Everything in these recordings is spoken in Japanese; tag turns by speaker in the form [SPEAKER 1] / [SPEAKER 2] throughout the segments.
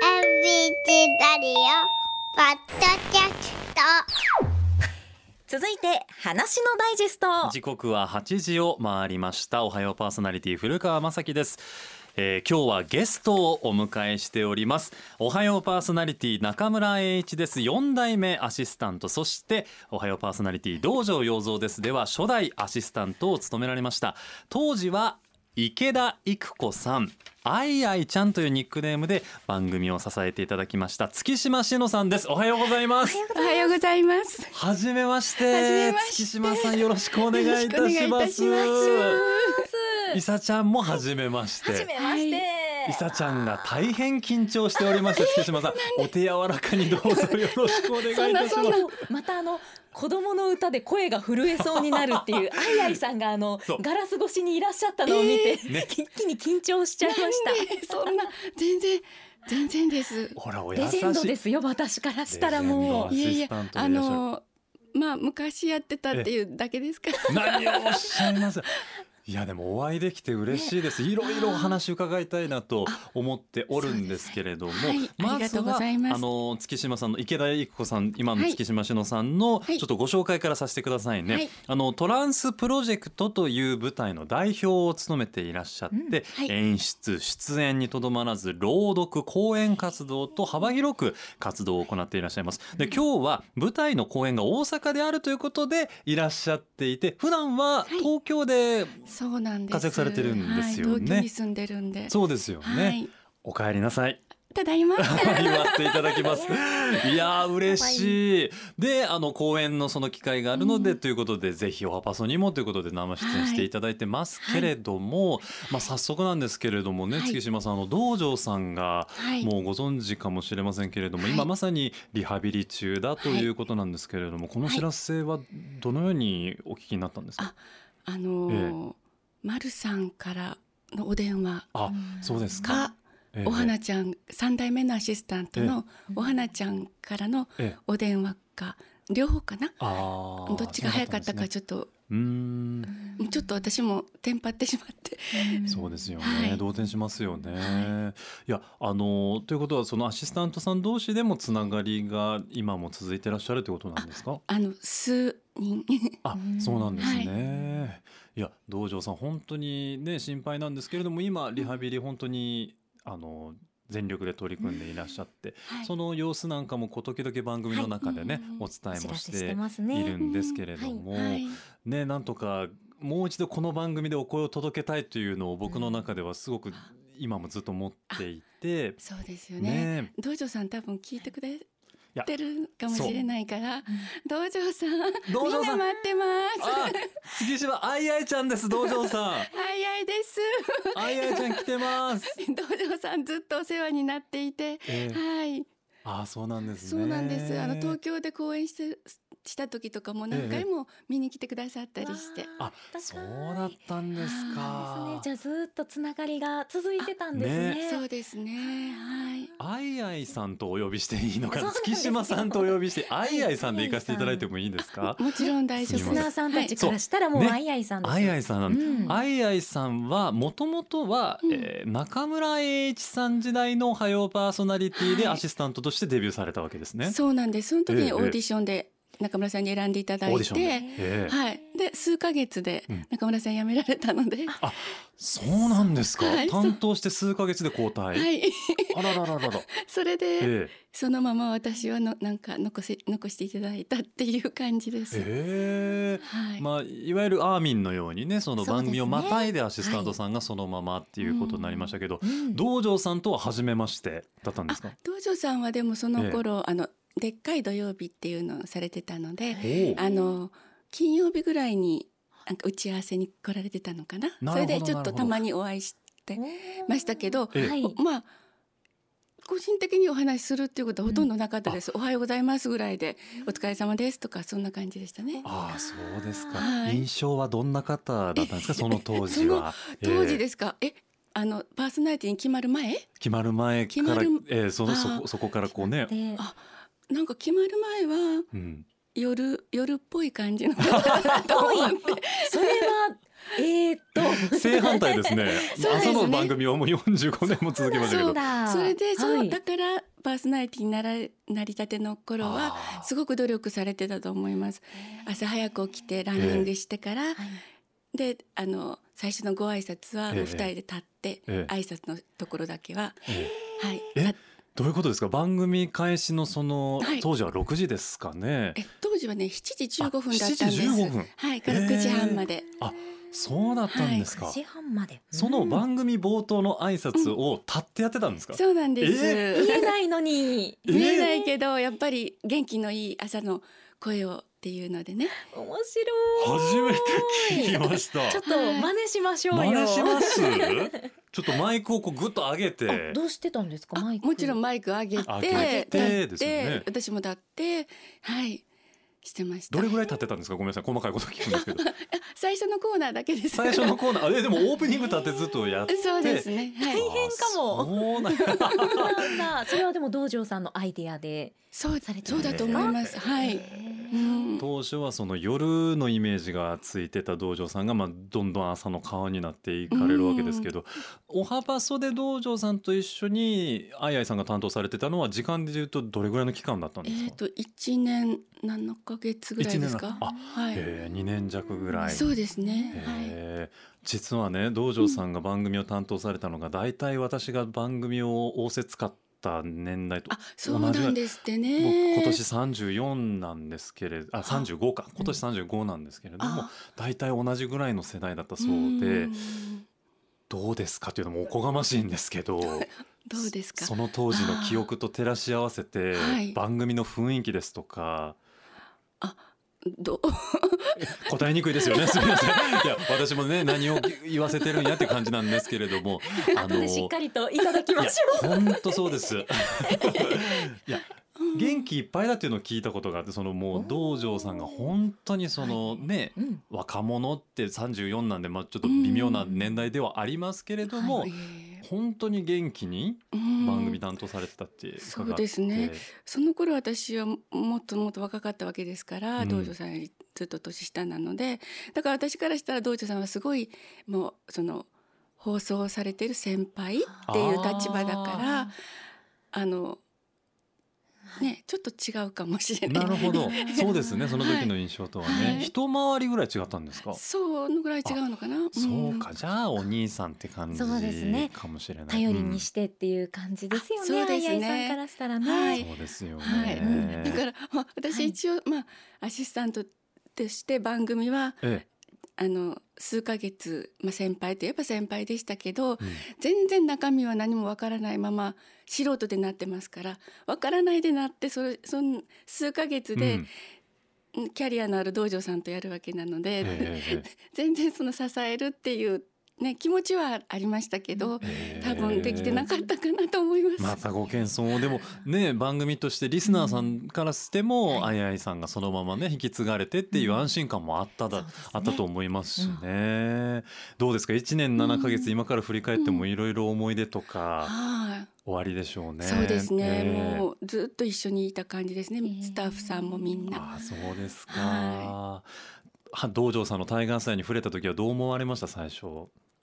[SPEAKER 1] チラリオポッドキャスト
[SPEAKER 2] 続いて話のダイジェスト
[SPEAKER 3] 時刻は8時を回りましたおはようパーソナリティ古川雅樹です、えー、今日はゲストをお迎えしておりますおはようパーソナリティ中村栄一です4代目アシスタントそしておはようパーソナリティ道場洋蔵ですでは初代アシスタントを務められました当時は池田育子さんあいあいちゃんというニックネームで番組を支えていただきました月島しのさんですおはようございます
[SPEAKER 4] おはようございます。
[SPEAKER 3] はじめまして
[SPEAKER 4] めまして
[SPEAKER 3] 月島さんよろしくお願いいたし
[SPEAKER 4] よろ
[SPEAKER 3] ま
[SPEAKER 4] し
[SPEAKER 3] す
[SPEAKER 4] くお願いいたし
[SPEAKER 3] いさちゃんもはじめまして
[SPEAKER 2] めまして、
[SPEAKER 3] いさちゃんが大変緊張しておりました月島さんお手柔らかにどうぞよろしくお願いい
[SPEAKER 2] そん
[SPEAKER 3] た
[SPEAKER 2] な
[SPEAKER 3] し
[SPEAKER 2] そ
[SPEAKER 3] ま
[SPEAKER 2] んな
[SPEAKER 3] す
[SPEAKER 2] またあの子供の歌で声が震えそうになるって いうあいあいさんがあの
[SPEAKER 3] そう
[SPEAKER 2] ガラス越しにいらっしゃったのを見 て、
[SPEAKER 3] ね
[SPEAKER 2] 一気に緊張しちゃいま した
[SPEAKER 4] そんな全然全然です。
[SPEAKER 3] ほらお優
[SPEAKER 2] レジ
[SPEAKER 3] し
[SPEAKER 2] ェンドで
[SPEAKER 3] い
[SPEAKER 2] すよ私からしたらもう
[SPEAKER 3] レ
[SPEAKER 4] い
[SPEAKER 3] ジェンド
[SPEAKER 4] や
[SPEAKER 3] ア
[SPEAKER 4] い
[SPEAKER 3] シスタ
[SPEAKER 4] や
[SPEAKER 3] ントで
[SPEAKER 4] あ
[SPEAKER 3] いらっしゃる
[SPEAKER 4] のまあ昔やってたっていうだけですから。
[SPEAKER 3] 何をおっしゃいますいやでもお会いできて嬉しいです、いろいろお話伺いたいなと思っておるんですけれども、
[SPEAKER 4] そうですはいありが
[SPEAKER 3] ず
[SPEAKER 4] とう
[SPEAKER 3] は
[SPEAKER 4] ございます
[SPEAKER 3] あの月島さんの池田育子さん今の
[SPEAKER 4] はい
[SPEAKER 3] 月島志乃さんの
[SPEAKER 4] は
[SPEAKER 3] ちょ
[SPEAKER 4] い
[SPEAKER 3] っとご紹介からさせてくださいね、
[SPEAKER 4] はい
[SPEAKER 3] あのトランスプロジェクトという舞台の代表を務めていらっしゃって、
[SPEAKER 2] うん
[SPEAKER 4] はい
[SPEAKER 3] 演出出演にとどまらず朗読講演活動と幅広く活動を行っていらっしゃいますで今日は舞台の公演が大阪であるということでいらっしゃっていて普段は東京で、
[SPEAKER 4] そうなんです。
[SPEAKER 3] 活躍されてるんですよね
[SPEAKER 4] はい、同居に住んでるんで。
[SPEAKER 3] そうですよね、
[SPEAKER 4] はい。
[SPEAKER 3] お帰りなさい
[SPEAKER 4] ただ いま。
[SPEAKER 3] 祝っていただき ます。いやー嬉しい。で、あの公演のその機会があるので、ということでぜひオハパソにもということで生出演していただいてますけれども、まあ早速なんですけれどもね、
[SPEAKER 4] はい
[SPEAKER 3] 月島さんあの道場さんが
[SPEAKER 4] はい。
[SPEAKER 3] もうご存知かもしれませんけれども、
[SPEAKER 4] はい
[SPEAKER 3] 今まさにリハビリ中だということなんですけれども、この知らせはどのようにお聞きになったんですか。
[SPEAKER 4] あのーまるさんからのお電話
[SPEAKER 3] あそうですか。
[SPEAKER 4] か、
[SPEAKER 3] ええ
[SPEAKER 4] お花ちゃん三代目のアシスタントのお花ちゃんからの
[SPEAKER 3] ええ
[SPEAKER 4] お電話か両方かな。
[SPEAKER 3] あー
[SPEAKER 4] どっちが早かったかちょっと
[SPEAKER 3] うーん。
[SPEAKER 4] ちょっと私もテンパってしまって
[SPEAKER 3] そうですよね、
[SPEAKER 4] はい
[SPEAKER 3] 動転しますよね。、
[SPEAKER 4] はい
[SPEAKER 3] やあのということはそのアシスタントさん同士でもつながりが今も続いてらっしゃるということなんですか
[SPEAKER 4] あの数人
[SPEAKER 3] あ
[SPEAKER 2] うん
[SPEAKER 3] そうなんですね。い、や道場さん本当にね心配なんですけれども今リハビリ本当にあの全力で取り組んでいらっしゃって、
[SPEAKER 4] はい
[SPEAKER 3] その様子なんかもこう時々番組の中でね、
[SPEAKER 4] はいうん
[SPEAKER 3] お伝えもし
[SPEAKER 2] お知らせして
[SPEAKER 3] て
[SPEAKER 2] ます
[SPEAKER 3] い
[SPEAKER 2] ね
[SPEAKER 3] るんですけれども。
[SPEAKER 4] はい
[SPEAKER 3] ね、なんとかもう一度この番組でお声を届けたいというのを僕の中ではすごく今もずっと思っていて、
[SPEAKER 4] そうですよね
[SPEAKER 3] ね
[SPEAKER 4] 道場さん多分聞いてくれてるかもしれないから道場さん
[SPEAKER 3] 道場さん
[SPEAKER 4] みんな待ってます
[SPEAKER 3] あ次島あいあいちゃんです道場さん
[SPEAKER 4] 早いです
[SPEAKER 3] あいあいちゃん来てます、
[SPEAKER 4] 道場さんずっとお世話になっていて
[SPEAKER 3] えー、
[SPEAKER 4] はい
[SPEAKER 3] あそうなんです
[SPEAKER 4] そ
[SPEAKER 3] ね
[SPEAKER 4] うなんですあの東京で公演してした時とかも何回も見に来てくださったりして、
[SPEAKER 3] あそうだったんですか
[SPEAKER 2] じゃあずっとつながりが続いてたんですね
[SPEAKER 3] ね
[SPEAKER 4] そうですねはい
[SPEAKER 3] あいあいさんとお呼びしていいのか
[SPEAKER 2] そう
[SPEAKER 3] な
[SPEAKER 2] なんですよ
[SPEAKER 3] 月島さんとお呼びしてあいあいさんで行かせていただいてもいいですか
[SPEAKER 4] もちろん大丈
[SPEAKER 2] リ
[SPEAKER 4] 夫
[SPEAKER 2] ス
[SPEAKER 4] です
[SPEAKER 2] ナーさんたちからしたらもう
[SPEAKER 3] ね
[SPEAKER 2] あいあいさんですよ
[SPEAKER 3] あいあいさんなんです
[SPEAKER 2] うん
[SPEAKER 3] あいあいさんはもともとは、
[SPEAKER 4] うん
[SPEAKER 3] えー中村栄一さん時代の「おはようパーソナリティ」で
[SPEAKER 4] はい
[SPEAKER 3] アシスタントとしてデビューされたわけですね。
[SPEAKER 4] そうなんです。その時
[SPEAKER 3] ええ
[SPEAKER 4] にオーディションで中村さんに選んでいただ
[SPEAKER 3] オー
[SPEAKER 4] い
[SPEAKER 3] ディションで
[SPEAKER 4] て、
[SPEAKER 3] ええ
[SPEAKER 4] はい。で数ヶ月で
[SPEAKER 3] うん
[SPEAKER 4] 中村さん辞められたので、
[SPEAKER 3] そうなんですか、
[SPEAKER 4] はいそう
[SPEAKER 3] 担当して数ヶ月で交代、
[SPEAKER 4] はい。
[SPEAKER 3] あららららら、
[SPEAKER 4] それで
[SPEAKER 3] ええ
[SPEAKER 4] そのまま私はのなんか残せ残していただいたっていう感じです。
[SPEAKER 3] ええ
[SPEAKER 4] はい。
[SPEAKER 3] まあ、いわゆるアーミンのようにねその番組をまたいでアシスタントさんがそのままっていうことになりましたけど、
[SPEAKER 2] うん
[SPEAKER 3] 道場さんとは初めましてだったんですか
[SPEAKER 4] 道場さんはでもその頃、あのでっかい土曜日っていうのをされてたので、
[SPEAKER 3] おお
[SPEAKER 4] あの金曜日ぐらいになんか打ち合わせに来られてたのかな。
[SPEAKER 3] なるほど
[SPEAKER 4] それでちょ
[SPEAKER 3] な
[SPEAKER 4] っ
[SPEAKER 3] る
[SPEAKER 4] と
[SPEAKER 3] ほど
[SPEAKER 4] たまにお会いしましたけど
[SPEAKER 2] おー
[SPEAKER 3] ええ
[SPEAKER 2] はい
[SPEAKER 4] まあ個人的にお話しするっていうことはほとんどなかったです、おはようございますぐらいで、お疲れ様ですとかそんな感じでしたね
[SPEAKER 3] ああそうですか、
[SPEAKER 4] はい
[SPEAKER 3] 印象はどんな方だったんですかその当時は
[SPEAKER 4] 当時
[SPEAKER 3] ええ
[SPEAKER 4] ですか、えあのパーソナリティに決まる前
[SPEAKER 3] 決まる前か
[SPEAKER 4] 決ま
[SPEAKER 3] ら
[SPEAKER 4] る、
[SPEAKER 3] えー、その
[SPEAKER 4] あー
[SPEAKER 3] そこそこからこうね、
[SPEAKER 2] で
[SPEAKER 4] なんか決まる前は
[SPEAKER 3] うん、
[SPEAKER 4] 夜夜っぽい感じの方だと 思って
[SPEAKER 2] それはえーっと
[SPEAKER 3] 正反対ですね
[SPEAKER 4] そうですね
[SPEAKER 3] 朝の番組をもう45年も続けましたけ
[SPEAKER 4] そ
[SPEAKER 3] ど
[SPEAKER 4] う
[SPEAKER 2] だ
[SPEAKER 4] それでその、
[SPEAKER 2] はい
[SPEAKER 4] だからパーソナリティにならなりたての頃は
[SPEAKER 3] あー
[SPEAKER 4] すごく努力されてたと思います朝早く起きてランニングしてから、であの最初のご挨拶は
[SPEAKER 3] ええ
[SPEAKER 4] 二人で立って、
[SPEAKER 3] ええ
[SPEAKER 4] 挨拶のところだけは、
[SPEAKER 3] え
[SPEAKER 4] はい
[SPEAKER 3] え
[SPEAKER 4] 立っ
[SPEAKER 3] どういうことですか番組開始のその、
[SPEAKER 4] はい
[SPEAKER 3] 当時は6時ですかね
[SPEAKER 4] え当時はね7時15分だったんです
[SPEAKER 3] あ7時15分
[SPEAKER 4] はいから9時半まで、
[SPEAKER 3] そうだったんですか、
[SPEAKER 2] 9時半まで
[SPEAKER 3] その
[SPEAKER 2] うん
[SPEAKER 3] 番組冒頭の挨拶を立ってやってたんですか、
[SPEAKER 4] そうなんです、
[SPEAKER 3] え
[SPEAKER 2] 言えないのに
[SPEAKER 3] え
[SPEAKER 4] 見えないけどやっぱり元気のいい朝の声をっていうのでね
[SPEAKER 2] 面
[SPEAKER 3] 初
[SPEAKER 2] 白い
[SPEAKER 3] めて聞きました
[SPEAKER 2] ちょっと真似しましょうよ、
[SPEAKER 3] 真似します ちょっとマイクをこうグッと上げて
[SPEAKER 5] あどうしてたんですか
[SPEAKER 4] あ
[SPEAKER 5] マイク
[SPEAKER 4] もちろんマイク上げて
[SPEAKER 3] あ上げて
[SPEAKER 4] 立っ
[SPEAKER 3] ですよね
[SPEAKER 4] 私も立ってはいしてました
[SPEAKER 3] どれぐらい立ってたんですかごめんなさい細かいこと聞くんですけど
[SPEAKER 4] 最初のコーナーだけです
[SPEAKER 3] 最初のコーナーえでもオープニング立ってずっとやって
[SPEAKER 4] そうですねはい
[SPEAKER 2] 大変かも
[SPEAKER 3] あそうなんや
[SPEAKER 5] そうなんだそれはでも道場さんのアイデアで
[SPEAKER 4] そう
[SPEAKER 5] されて
[SPEAKER 4] そうだと思いますはい、うん、
[SPEAKER 3] 当初はその夜のイメージがついてた道場さんが、まあ、どんどん朝の顔になっていかれるわけですけど、おはばそで道場さんと一緒にあいあいさんが担当されてたのは時間で言うとどれぐらいの期間だったん
[SPEAKER 4] え
[SPEAKER 3] です
[SPEAKER 4] ー、
[SPEAKER 3] か、
[SPEAKER 4] と1年7ヶ月ぐらいです
[SPEAKER 3] 一
[SPEAKER 4] か
[SPEAKER 3] 年あ
[SPEAKER 4] はい、
[SPEAKER 3] えー、2年弱ぐらい
[SPEAKER 4] そうですねはい
[SPEAKER 3] えー実はね道場さんが番組を担当されたのが、大体私が番組を仰せつかった年代と
[SPEAKER 4] あそうなんですってね
[SPEAKER 3] 僕今年34なんですけれどあ35か今年35なんですけれども、
[SPEAKER 4] あ
[SPEAKER 3] 大体同じぐらいの世代だったそうで、
[SPEAKER 4] ん
[SPEAKER 3] どうですかっていうのもおこがましいんですけど
[SPEAKER 4] どうですか
[SPEAKER 3] その当時の記憶と照らし合わせて、
[SPEAKER 4] あーはい
[SPEAKER 3] 番組の雰囲気ですとか
[SPEAKER 4] ど
[SPEAKER 3] 答えにくいですよね すみませんいや私もね何を言わせてるんやって感じなんですけれど もあ
[SPEAKER 2] 後でしっかりといただきましょ
[SPEAKER 3] いや本当そうですいや元気いっぱいだっていうのを聞いたことがあってそのもう道場さんが本当にそのね
[SPEAKER 5] う、ん、
[SPEAKER 3] 若者って34なんで、まあ、ちょっと微妙な年代ではありますけれども、
[SPEAKER 4] はいえ
[SPEAKER 3] 本当に元気に
[SPEAKER 4] ーうん
[SPEAKER 3] 番組担当されてたって伺って、
[SPEAKER 4] そうですねその頃私はもっともっと若かったわけですから、
[SPEAKER 3] うん
[SPEAKER 4] 道場さんよりずっと年下なのでだから私からしたら道場さんはすごいもうその放送されてる先輩っていう立場だからあのねちょっと違うかもしれない
[SPEAKER 3] なるほ どそうですねその時の印象とはね、
[SPEAKER 4] はい
[SPEAKER 3] 一回りぐらい違ったんですか、
[SPEAKER 4] そのぐらい違うのかな
[SPEAKER 3] そうか
[SPEAKER 4] ん
[SPEAKER 3] じゃあお兄さんって感じ
[SPEAKER 5] そうですね
[SPEAKER 3] かもしれない、
[SPEAKER 5] 頼りにしてっていう感じですよね,、
[SPEAKER 4] あそうですね
[SPEAKER 5] あいあいさんからしたらね、
[SPEAKER 4] はい
[SPEAKER 3] そうですよね、
[SPEAKER 4] はい、うんだからまあ
[SPEAKER 5] は
[SPEAKER 4] 私
[SPEAKER 5] い
[SPEAKER 4] 一応、まあアシスタントとして番組は
[SPEAKER 3] え
[SPEAKER 4] あの数ヶ月、まあ、先輩といえば先輩でしたけど、
[SPEAKER 3] え、うん
[SPEAKER 4] 全然中身は何もわからないまま素人でなってますからわからないでなってそれそん数ヶ月
[SPEAKER 3] う
[SPEAKER 4] で
[SPEAKER 3] ん
[SPEAKER 4] キャリアのある道場さんとやるわけなので、
[SPEAKER 3] ええ
[SPEAKER 4] 全然その支えるっていう、ね、気持ちはありましたけど
[SPEAKER 3] ええ
[SPEAKER 4] 多分できてなかったかなと思います。
[SPEAKER 3] またご謙遜をでもね番組としてリスナーさんからしても、あいあいさんがそのままね引き継がれてっていう安心感もあっただ、
[SPEAKER 5] そうですね
[SPEAKER 3] あったと思いますしね、どうですか1年7ヶ月今から振り返ってもいろいろ思い出とか
[SPEAKER 4] はい
[SPEAKER 3] 終わりでしょうね。
[SPEAKER 4] そうですね、
[SPEAKER 3] ええ
[SPEAKER 4] もうずっと一緒にいた感じですね、
[SPEAKER 5] ええ
[SPEAKER 4] スタッフさんもみんな。
[SPEAKER 3] あそうですか、
[SPEAKER 4] は
[SPEAKER 3] は道場さんのタイガース愛に触れた時はどう思われました最初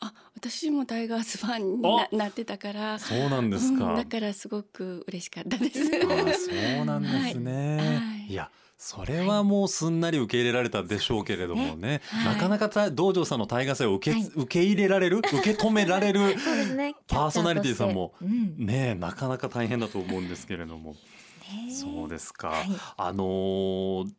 [SPEAKER 4] あ私もタイガースファンにななってたから
[SPEAKER 3] そうなんですか、
[SPEAKER 4] うんだからすごく嬉しかったです。
[SPEAKER 3] ああそうなんですね。
[SPEAKER 4] はい
[SPEAKER 3] い
[SPEAKER 4] はい
[SPEAKER 3] やそれはもうすんなり受け入れられたでしょうけれどもね、
[SPEAKER 4] はい
[SPEAKER 3] なかなかた道場さんの大河性を受け,、
[SPEAKER 5] はい
[SPEAKER 3] 受け入れられる受け止められる
[SPEAKER 5] そうですね
[SPEAKER 3] パーソナリティさんも
[SPEAKER 5] キャラクターとしてうん
[SPEAKER 3] ねえなかなか大変だと思うんですけれどもそうですか、あのー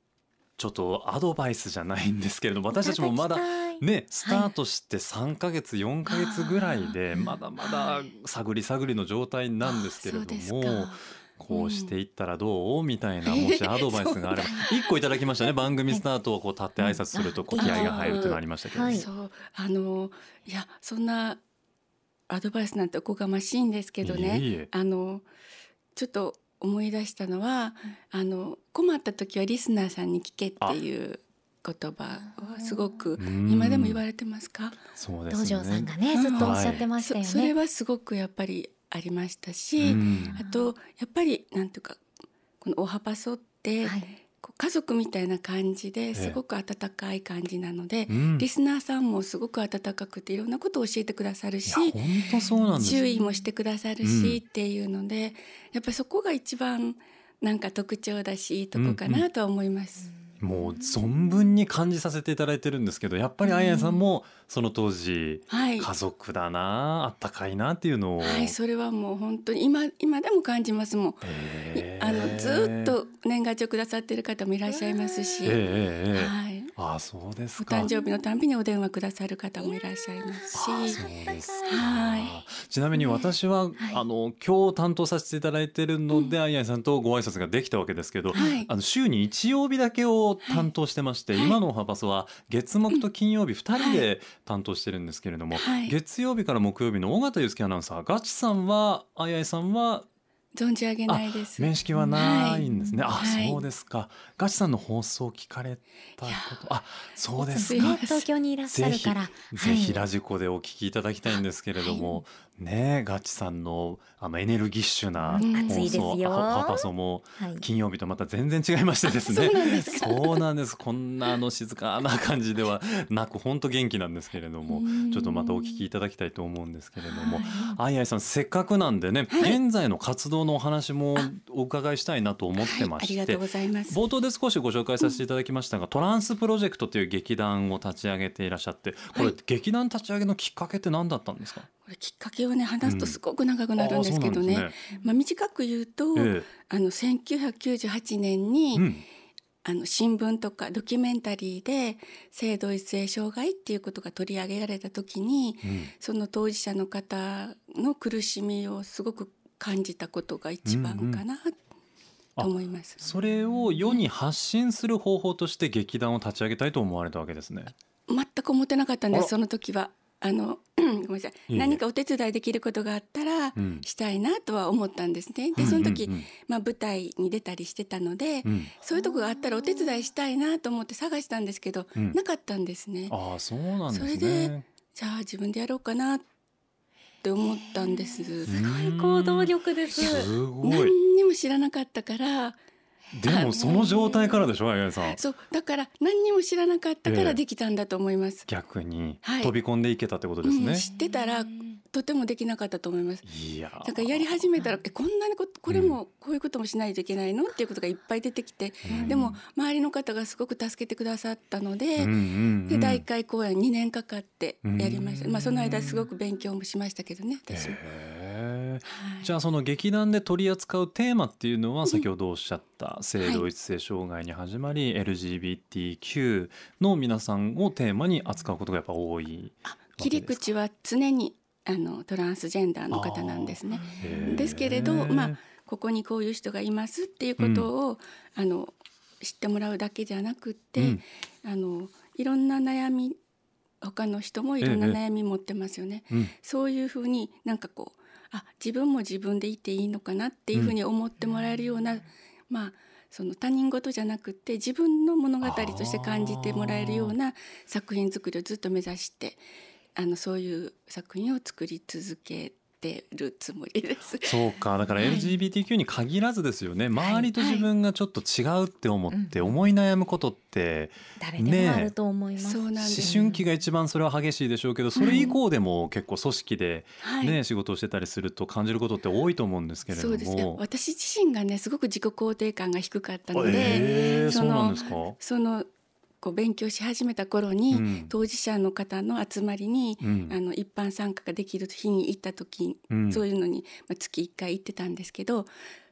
[SPEAKER 3] ちょっとアドバイスじゃないんですけれども私たちもまだ
[SPEAKER 5] いただきたい
[SPEAKER 3] ね、スタートして3ヶ月、4ヶ月ぐらいで、まだまだ探り探りの状態なんですけれど
[SPEAKER 4] そうで
[SPEAKER 3] も、
[SPEAKER 4] すか
[SPEAKER 3] こうしていったらどうみたいな、もしアドバイスがあれ ば、1個いただきましたね。番組スタートをこう立って挨拶すると、こう気合が入るというのありましたけど。
[SPEAKER 5] はい
[SPEAKER 4] そうあのいやそんなアドバイスなんておこがましいんですけどね
[SPEAKER 3] いえいえ
[SPEAKER 4] あのちょっと思い出したのはあの困った時はリスナーさんに聞けっていう言葉をすごく
[SPEAKER 3] うん
[SPEAKER 4] 今でも言われてますか
[SPEAKER 3] そうです
[SPEAKER 5] 道場
[SPEAKER 3] ね。
[SPEAKER 5] さんがね
[SPEAKER 4] うん
[SPEAKER 5] ずっとおっしゃってましたよ
[SPEAKER 4] そ
[SPEAKER 5] ね、
[SPEAKER 4] それはすごくやっぱりありました
[SPEAKER 3] う
[SPEAKER 4] し、
[SPEAKER 3] ん
[SPEAKER 4] あとやっぱりなんていうかこの「おはパソ」って、
[SPEAKER 5] はい
[SPEAKER 4] こう家族みたいな感じですごく温かい感じなので、
[SPEAKER 3] うん
[SPEAKER 4] リスナーさんもすごく温かくていろんなことを教えてくださる
[SPEAKER 3] い
[SPEAKER 4] し
[SPEAKER 3] や本当そうなんです
[SPEAKER 4] 注
[SPEAKER 3] よ
[SPEAKER 4] 意もしてくださるしっていうので、やっぱりそこが一番なんか特徴だしいいとこかなとは思います。
[SPEAKER 3] もう存分に感じさせていただいてるんですけどやっぱりあややさんもその当時
[SPEAKER 4] はい、
[SPEAKER 3] 家族だなあったかいなっていうのを、
[SPEAKER 4] はい、それはもう本当に今今でも感じますもん。い
[SPEAKER 3] へえ
[SPEAKER 4] あのずーっと年賀状くださってる方もいらっしゃいますし、
[SPEAKER 3] ええええええ
[SPEAKER 4] はい、
[SPEAKER 3] あそうです
[SPEAKER 4] お
[SPEAKER 3] か
[SPEAKER 4] 誕生日のたんびにお電話くださる方もいらっしゃいま
[SPEAKER 3] あ
[SPEAKER 4] すし
[SPEAKER 3] そうですか
[SPEAKER 4] はい
[SPEAKER 3] ちなみに私は、あの今日担当させていただいてるので、あややさんとご挨拶ができたわけですけど、
[SPEAKER 4] はい
[SPEAKER 3] あの週に日曜日だけを担当してまして、
[SPEAKER 4] はい
[SPEAKER 3] 今のオハパスは月木と金曜日2人で担当してるんですけれども、
[SPEAKER 4] はい
[SPEAKER 3] 月曜日から木曜日の尾形祐介アナウンサーガチさんはあややさんは
[SPEAKER 4] 存じ上げないです。
[SPEAKER 3] 面識はないんですね、
[SPEAKER 4] はい
[SPEAKER 3] あそうですかガチさんの放送聞かれたことあそうです
[SPEAKER 4] い
[SPEAKER 3] か
[SPEAKER 4] や
[SPEAKER 5] ね東京にいらっしゃるからは
[SPEAKER 3] ぜ
[SPEAKER 5] い
[SPEAKER 3] ひラジコでお聞きいただきたいんですけれども、ねガチさんのあのエネルギッシュな
[SPEAKER 4] うん
[SPEAKER 5] 熱
[SPEAKER 3] 放
[SPEAKER 5] いです
[SPEAKER 3] 送、
[SPEAKER 5] よ
[SPEAKER 3] あパパソも
[SPEAKER 5] はい
[SPEAKER 3] 金曜日とまた全然違いましてですね
[SPEAKER 4] あそうなんです か
[SPEAKER 3] そうなんですこんなあの静かな感じではなく本当元気なんですけれども
[SPEAKER 4] うん
[SPEAKER 3] ちょっとまたお聞きいただきたいと思うんですけれども
[SPEAKER 4] はい
[SPEAKER 3] あいあいさんせっかくなんでね、
[SPEAKER 4] はい
[SPEAKER 3] 現在の活動のお話もお伺いしたいなと思ってま
[SPEAKER 4] はい、あ
[SPEAKER 3] して、
[SPEAKER 4] りがとうございます。
[SPEAKER 3] 冒頭で少しご紹介させていただきましたが、トランスプロジェクトという劇団を立ち上げていらっしゃってこれ、
[SPEAKER 4] はい
[SPEAKER 3] 劇団立ち上げのきっかけって何だったんですか
[SPEAKER 4] これきっかけをね話すとすごく長くなるんですけどね。
[SPEAKER 3] あー
[SPEAKER 4] まあ短く言うと、
[SPEAKER 3] そうなんですね
[SPEAKER 4] あの1998年
[SPEAKER 3] え
[SPEAKER 4] に、
[SPEAKER 3] えうん
[SPEAKER 4] あの新聞とかドキュメンタリーで性同一性障害っていうことが取り上げられた時に
[SPEAKER 3] うん
[SPEAKER 4] その当事者の方の苦しみをすごく感じたことが一番かなと思います。
[SPEAKER 3] それを世に発信する方法として劇団を立ち上げたいと思われたわけですね。
[SPEAKER 4] 全く思ってなかったんで
[SPEAKER 3] あら
[SPEAKER 4] すその時はあの ごめんなさい
[SPEAKER 3] えいえ
[SPEAKER 4] 何かお手伝いできることがあったら
[SPEAKER 3] うん
[SPEAKER 4] したいなとは思ったんですね。でその時、
[SPEAKER 3] うんうん
[SPEAKER 4] まあ、舞台に出たりしてたので、
[SPEAKER 3] うん
[SPEAKER 4] そういうとこがあったらお手伝いしたいなと思って探したんですけど、
[SPEAKER 3] うん
[SPEAKER 4] なかったんですね。
[SPEAKER 3] ああそうなんですね。
[SPEAKER 4] それでじゃあ自分でやろうかなって思ったんです。
[SPEAKER 5] すごい行動力です。
[SPEAKER 3] すごい。
[SPEAKER 4] 何にも知らなかったから
[SPEAKER 3] でもその状態からでしょ、あややさん。
[SPEAKER 4] そうだから何にも知らなかったか
[SPEAKER 3] ええ
[SPEAKER 4] らできたんだと思います。
[SPEAKER 3] 逆に
[SPEAKER 4] はい
[SPEAKER 3] 飛び込んでいけたってことです
[SPEAKER 4] う
[SPEAKER 3] ね
[SPEAKER 4] ん。知ってたらとてもできなかったと思います。
[SPEAKER 3] いやー。
[SPEAKER 4] だからやり始めたらえこんなにここれもこういうこともしないといけないのっていうことがいっぱい出てきて、
[SPEAKER 3] うん
[SPEAKER 4] でも周りの方がすごく助けてくださったので、
[SPEAKER 3] うんうんう
[SPEAKER 4] で
[SPEAKER 3] ん
[SPEAKER 4] 第1回公演2年かかってやりました、
[SPEAKER 3] うん
[SPEAKER 4] まあ、その間すごく勉強もしましたけどね私も、
[SPEAKER 3] へー
[SPEAKER 4] はい
[SPEAKER 3] じゃあその劇団で取り扱うテーマっていうのは先ほどおっしゃった性同一性障害に始まり LGBTQ の皆さんをテーマに扱うことがやっぱ多い。
[SPEAKER 4] 切り口は常にあのトランスジェンダーの方なんですね。
[SPEAKER 3] へー
[SPEAKER 4] ですけれどまあここにこういう人がいますっていうことを、あの知ってもらうだけじゃなくって、
[SPEAKER 3] うん
[SPEAKER 4] あのいろんな悩み他の人もいろんな
[SPEAKER 3] ええ
[SPEAKER 4] 悩み持ってますよね。
[SPEAKER 3] うん
[SPEAKER 4] そういうふうになんかこうあ自分も自分でいていいのかなっていうふうに思ってもらえるような、まあその他人事じゃなくって自分の物語として感じてもらえるような作品作りをずっと目指してあのそういう作品を作り続けてるつもりです。
[SPEAKER 3] そうかだから
[SPEAKER 4] はい
[SPEAKER 3] LGBTQ に限らずですよね、周りと
[SPEAKER 4] はい
[SPEAKER 3] 自分がちょっと違うって思って
[SPEAKER 5] うん
[SPEAKER 3] 思い悩むことって
[SPEAKER 5] 誰でもあると思います。
[SPEAKER 4] そうなんで
[SPEAKER 3] 思
[SPEAKER 4] す。
[SPEAKER 3] 春期が一番それは激しいでしょうけどそれ以降でも結構組織で
[SPEAKER 4] はい、
[SPEAKER 3] ね仕事をしてたりすると感じることって多いと思うんですけれど
[SPEAKER 4] そ
[SPEAKER 3] も。
[SPEAKER 4] うですね。私自身がねすごく自己肯定感が低かったので、
[SPEAKER 3] えー
[SPEAKER 4] そ
[SPEAKER 3] そう
[SPEAKER 4] の
[SPEAKER 3] なんですか。
[SPEAKER 4] そのこう勉強し始めた頃に、
[SPEAKER 3] うん
[SPEAKER 4] 当事者の方の集まりに、
[SPEAKER 3] うん
[SPEAKER 4] あの一般参加ができる日に行った時、
[SPEAKER 3] うん
[SPEAKER 4] そういうのに、まあ、月1回行ってたんですけど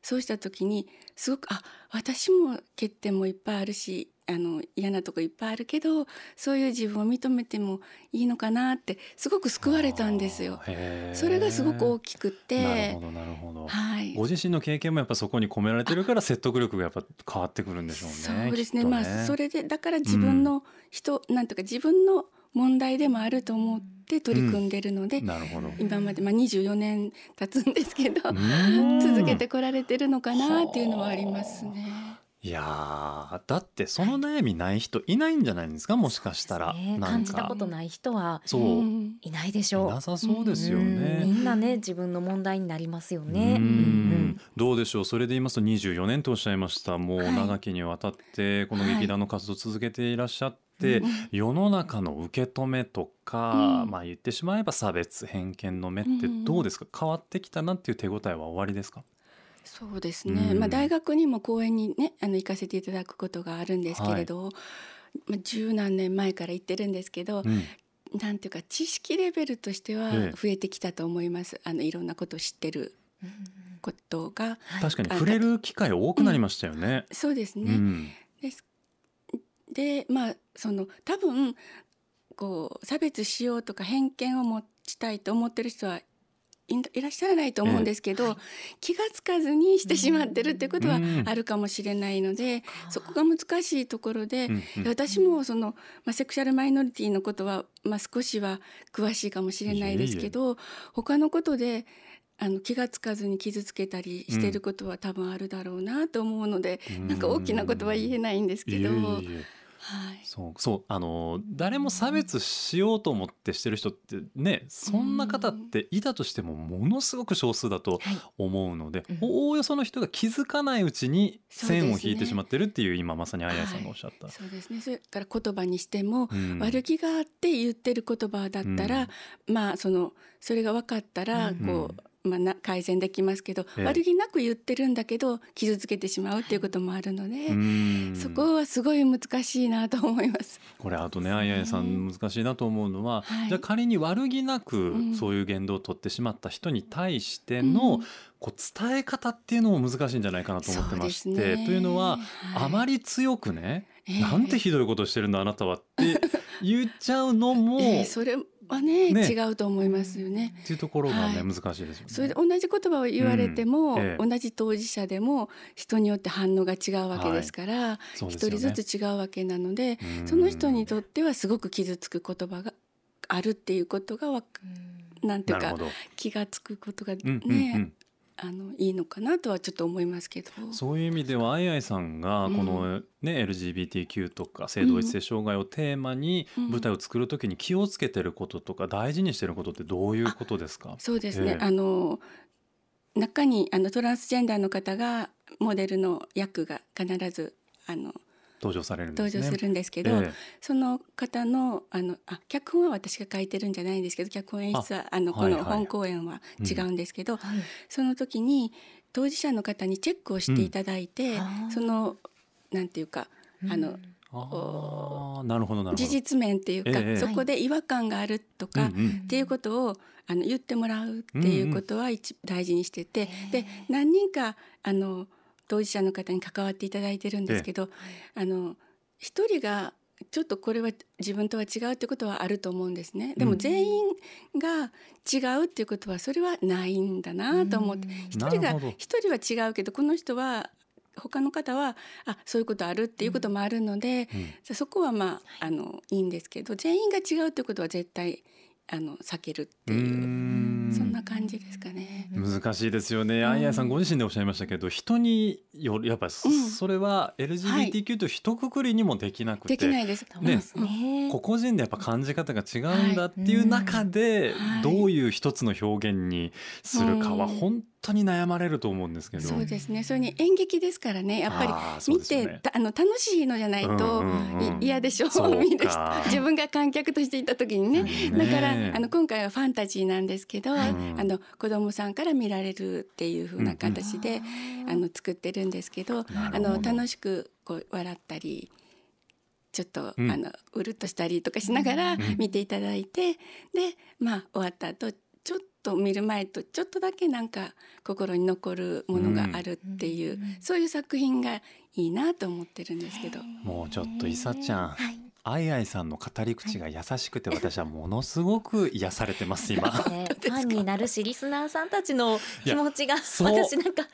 [SPEAKER 4] そうした時にすごくあ私も欠点もいっぱいあるしあの嫌なとこいっぱいあるけどそういう自分を認めてもいいのかなってすごく救われたんですよ。。それがすごく大
[SPEAKER 3] く
[SPEAKER 4] きく
[SPEAKER 3] なる
[SPEAKER 4] て
[SPEAKER 3] ほ、どなるほど。
[SPEAKER 4] はい、
[SPEAKER 3] ご自身の経験もやっぱそこに込められてるから説得力がやっぱ変わってくるんでしょうね。
[SPEAKER 4] そうですね
[SPEAKER 3] きっと
[SPEAKER 4] まあそれでだから自分の人、なんとか自分の問題でもあると思って取り組んでるので、
[SPEAKER 3] なるほど。
[SPEAKER 4] 今まで、まあ、24年経つんですけど、
[SPEAKER 3] うん
[SPEAKER 4] 続けてこられてるのかなっていうのはありますね。
[SPEAKER 3] いやーだってその悩みない人いないんじゃないんですかもしかした
[SPEAKER 5] そ
[SPEAKER 3] ら、
[SPEAKER 5] うですね
[SPEAKER 3] なんか
[SPEAKER 5] 感じたことない人は
[SPEAKER 3] そう、
[SPEAKER 4] ん
[SPEAKER 5] いないでしょう
[SPEAKER 3] いなさそうですよ
[SPEAKER 5] うん
[SPEAKER 3] ね。
[SPEAKER 5] みんなね自分の問題になりますよ
[SPEAKER 3] う
[SPEAKER 5] ね。うんん
[SPEAKER 3] どうでしょうそれで言いますと24年とおっしゃいましたもう
[SPEAKER 4] はい
[SPEAKER 3] 長きにわたってこの劇団の活動を続けていらっしゃって、
[SPEAKER 4] うん
[SPEAKER 3] 世の中の受け止めとか、
[SPEAKER 4] うん
[SPEAKER 3] まあ言ってしまえば差別偏見の目って
[SPEAKER 4] うん
[SPEAKER 3] どうですか、変わってきたなっていう手応えは終わりですか
[SPEAKER 4] そうですね、
[SPEAKER 3] うん
[SPEAKER 4] まあ、大学にも講演にねあの行かせていただくことがあるんですけれど、まあ、十何年前から行ってるんですけ
[SPEAKER 3] う
[SPEAKER 4] ど、
[SPEAKER 3] ん
[SPEAKER 4] なんていうか知識レベルとしては
[SPEAKER 3] ええ
[SPEAKER 4] 増えてきたと思いますあのいろんなことを知ってることが
[SPEAKER 3] 確かに触れる機会多くなりましたよね。
[SPEAKER 4] そうです
[SPEAKER 3] う
[SPEAKER 4] ね、
[SPEAKER 3] ん
[SPEAKER 4] ですでまあその多分こう差別しようとか偏見を持ちたいと思ってる人はいんいらっしゃらないと思うんですけど、
[SPEAKER 5] ええはい
[SPEAKER 4] 気がつかずにしてしまってるってことは
[SPEAKER 3] うん
[SPEAKER 4] あるかもしれないので、そこが難しいところで、
[SPEAKER 3] うんうん
[SPEAKER 4] 私もその、まあ、セクシャルマイノリティのことは、まあ、少しは詳しいかもしれないですけど他のことであの気がつかずに傷つけたりしてることは多分あるだろうなと思うので、なんか大きなことは言えないんですけど、
[SPEAKER 3] いえいえいえ
[SPEAKER 4] はい、
[SPEAKER 3] そうそうあのー誰も差別しようと思ってしてる人ってねそんな方っていたとしてもものすごく少数だ
[SPEAKER 5] は
[SPEAKER 3] と
[SPEAKER 5] い
[SPEAKER 3] 思うので、
[SPEAKER 5] うん
[SPEAKER 3] おおよその人が気づかないうちに
[SPEAKER 4] そうですね
[SPEAKER 3] 線を引いてしまってるっていう今まさにあやさんがおっしゃった。
[SPEAKER 4] そうですねそれから言葉にしても、
[SPEAKER 3] うん
[SPEAKER 4] 悪気があって言ってる言葉だったら、まあそのそれが分かったら
[SPEAKER 5] うん
[SPEAKER 4] こう、まあ、な改善できますけど、
[SPEAKER 3] ええ
[SPEAKER 4] 悪気なく言ってるんだけど傷つけてしまうっていうこともあるので、
[SPEAKER 3] うん
[SPEAKER 4] そこはすごい難しいなと思います。
[SPEAKER 3] これあとねあややさん難しいなと思うのは、
[SPEAKER 4] はい
[SPEAKER 3] じゃあ仮に悪気な
[SPEAKER 4] うん
[SPEAKER 3] くそういう言動を取ってしまった人に対しての、
[SPEAKER 4] うん
[SPEAKER 3] こう伝え方っていうのも難しいんじゃないかなと思ってまして、
[SPEAKER 4] そうですね
[SPEAKER 3] というのは、あま
[SPEAKER 4] り、
[SPEAKER 3] り強くね、
[SPEAKER 4] ええ
[SPEAKER 3] なんてひどいことしてるんだあなたはって言っちゃうのも、
[SPEAKER 4] ええそれはね
[SPEAKER 3] ね
[SPEAKER 4] 違うと思いますよね。
[SPEAKER 3] っていうところがね、
[SPEAKER 4] は
[SPEAKER 3] 難
[SPEAKER 4] い
[SPEAKER 3] しいですよね。
[SPEAKER 4] それで同じ言葉を言われても、
[SPEAKER 3] うんええ
[SPEAKER 4] 同じ当事者でも人によって反応が違うわけですから
[SPEAKER 3] そうで
[SPEAKER 4] 一、
[SPEAKER 3] すよね
[SPEAKER 4] 人ずつ違うわけなので、
[SPEAKER 3] うん
[SPEAKER 4] その人にとってはすごく傷つく言葉があるっていうことがわかなんていう
[SPEAKER 3] なる
[SPEAKER 4] か
[SPEAKER 3] ほど、
[SPEAKER 4] 気がつくことがね、
[SPEAKER 3] うんうん
[SPEAKER 4] あのいいのかなとはちょっと思いますけど。
[SPEAKER 3] うん、そういう意味ではあいあいさんが
[SPEAKER 4] うん
[SPEAKER 3] この、ね LGBTQ とか性同一性障害をテーマに
[SPEAKER 4] うん
[SPEAKER 3] 舞台を作るときに気をつけてることとか大事にしてることってどういうことですか
[SPEAKER 4] そうですね、
[SPEAKER 3] ええ
[SPEAKER 4] あの中にあのトランスジェンダーの方がモデルの役が必ずあの
[SPEAKER 3] 登場されるんで
[SPEAKER 4] 登
[SPEAKER 3] すね。
[SPEAKER 4] 場するんですけど、
[SPEAKER 3] ええ
[SPEAKER 4] その方のあのあ脚本は私が書いてるんじゃないんですけど脚本演出はあのこ
[SPEAKER 3] はいは
[SPEAKER 4] の
[SPEAKER 3] い
[SPEAKER 4] 本公演は違うんですけど、
[SPEAKER 5] はい
[SPEAKER 4] その時に当事者の方にチェックをしていただいて、
[SPEAKER 5] うん
[SPEAKER 4] そのなんていうかあの
[SPEAKER 5] うん
[SPEAKER 3] あーなるほどなるほど。
[SPEAKER 4] 事実面っていうか、
[SPEAKER 3] ええ
[SPEAKER 4] そこで違和感があるとか、
[SPEAKER 3] うんうん
[SPEAKER 4] っていうことをあの言ってもらうっていうことは一、大事にしててで何人かあの当事者の方に関わっていただいてるんですけど、あの一人がちょっとこれは自分とは違うってことはあると思うんですね。で
[SPEAKER 3] う
[SPEAKER 4] も
[SPEAKER 3] ん
[SPEAKER 4] 全員が違うっていうことはそれはないんだなと思って
[SPEAKER 5] うん
[SPEAKER 4] 一人
[SPEAKER 3] な
[SPEAKER 4] が
[SPEAKER 3] るほど
[SPEAKER 4] 一人は違うけどこの人は他の方はあそういうことあるっていうこともあるので、
[SPEAKER 3] うん
[SPEAKER 4] じゃあそこはまあ,、あのいいんですけど全員が違うってことは絶対あの避けるっていう
[SPEAKER 3] ー
[SPEAKER 4] うんそんな感じですかね。
[SPEAKER 3] 難しいですよね。あいあいさんご自身でおっしゃいましたけど、人によるやっぱりそ
[SPEAKER 4] うん
[SPEAKER 3] それは LGBTQ と一括りにもできなく
[SPEAKER 4] で
[SPEAKER 3] て、
[SPEAKER 4] きないです。
[SPEAKER 5] そうですね。
[SPEAKER 3] 個々人でやっぱ感じ方が違うんだっていう中で、
[SPEAKER 4] はい
[SPEAKER 3] どういう一つの表現にするかは
[SPEAKER 4] うん
[SPEAKER 3] 本当に悩まれると思うんですけど、
[SPEAKER 4] そうですね。それに演劇ですからね、やっぱ
[SPEAKER 3] あー
[SPEAKER 4] り
[SPEAKER 3] そう
[SPEAKER 4] 見
[SPEAKER 3] です
[SPEAKER 4] て、
[SPEAKER 3] よね
[SPEAKER 4] たあの楽しいのじゃないと
[SPEAKER 3] うんうんうん
[SPEAKER 4] い嫌でしょ
[SPEAKER 3] そう
[SPEAKER 4] う。
[SPEAKER 3] か
[SPEAKER 4] 見る人 自分が観客としていた時にね。だから
[SPEAKER 3] ねえ
[SPEAKER 4] あの今回はファンタジーなんですけど、
[SPEAKER 3] い
[SPEAKER 4] あの子供さんから見られるっていう風な形で、あの作ってるんですけど、
[SPEAKER 3] な
[SPEAKER 4] あ
[SPEAKER 3] るほど
[SPEAKER 4] の楽しくこう笑ったりちょっと、
[SPEAKER 3] うん
[SPEAKER 4] あのうるっとしたりとかしながら
[SPEAKER 3] ん
[SPEAKER 4] 見ていただいて、でまあ終わった後ちょっと見る前とちょっとだけなんか心に残るものがあるっていう、 そういう作品がいいなと思ってるんですけど。
[SPEAKER 3] もうちょっといさちゃん、
[SPEAKER 1] はい
[SPEAKER 3] あいあいさんの語り口が優しくて私はものすごく癒 されてます今。
[SPEAKER 5] ねファンになるしリスナーさんたちの気持ちが
[SPEAKER 3] そう
[SPEAKER 5] 私なんか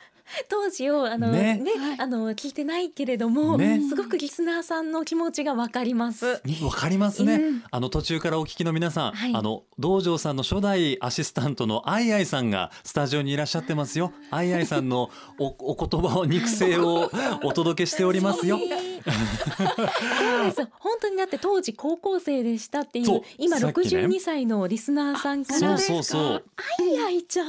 [SPEAKER 5] 当時をあの
[SPEAKER 3] ね
[SPEAKER 5] ねあの聞いてないけれども、
[SPEAKER 3] ね
[SPEAKER 5] すごくリスナーさんの気持ちがわかります。
[SPEAKER 3] わかりますね、
[SPEAKER 5] うん
[SPEAKER 3] あの途中からお聞きの皆さん、
[SPEAKER 5] はい
[SPEAKER 3] あの道場さんの初代アシスタントのアイアイさんがスタジオにいらっしゃってま すよアイアイさんのおお言葉を肉声をお届けしております よ
[SPEAKER 5] そうです本当にだって当時高校生でしたってい
[SPEAKER 3] そう
[SPEAKER 5] う今
[SPEAKER 3] さっきね
[SPEAKER 5] 62歳のリスナーさんから「
[SPEAKER 3] そう
[SPEAKER 5] い
[SPEAKER 3] そうそう
[SPEAKER 5] やいちゃん」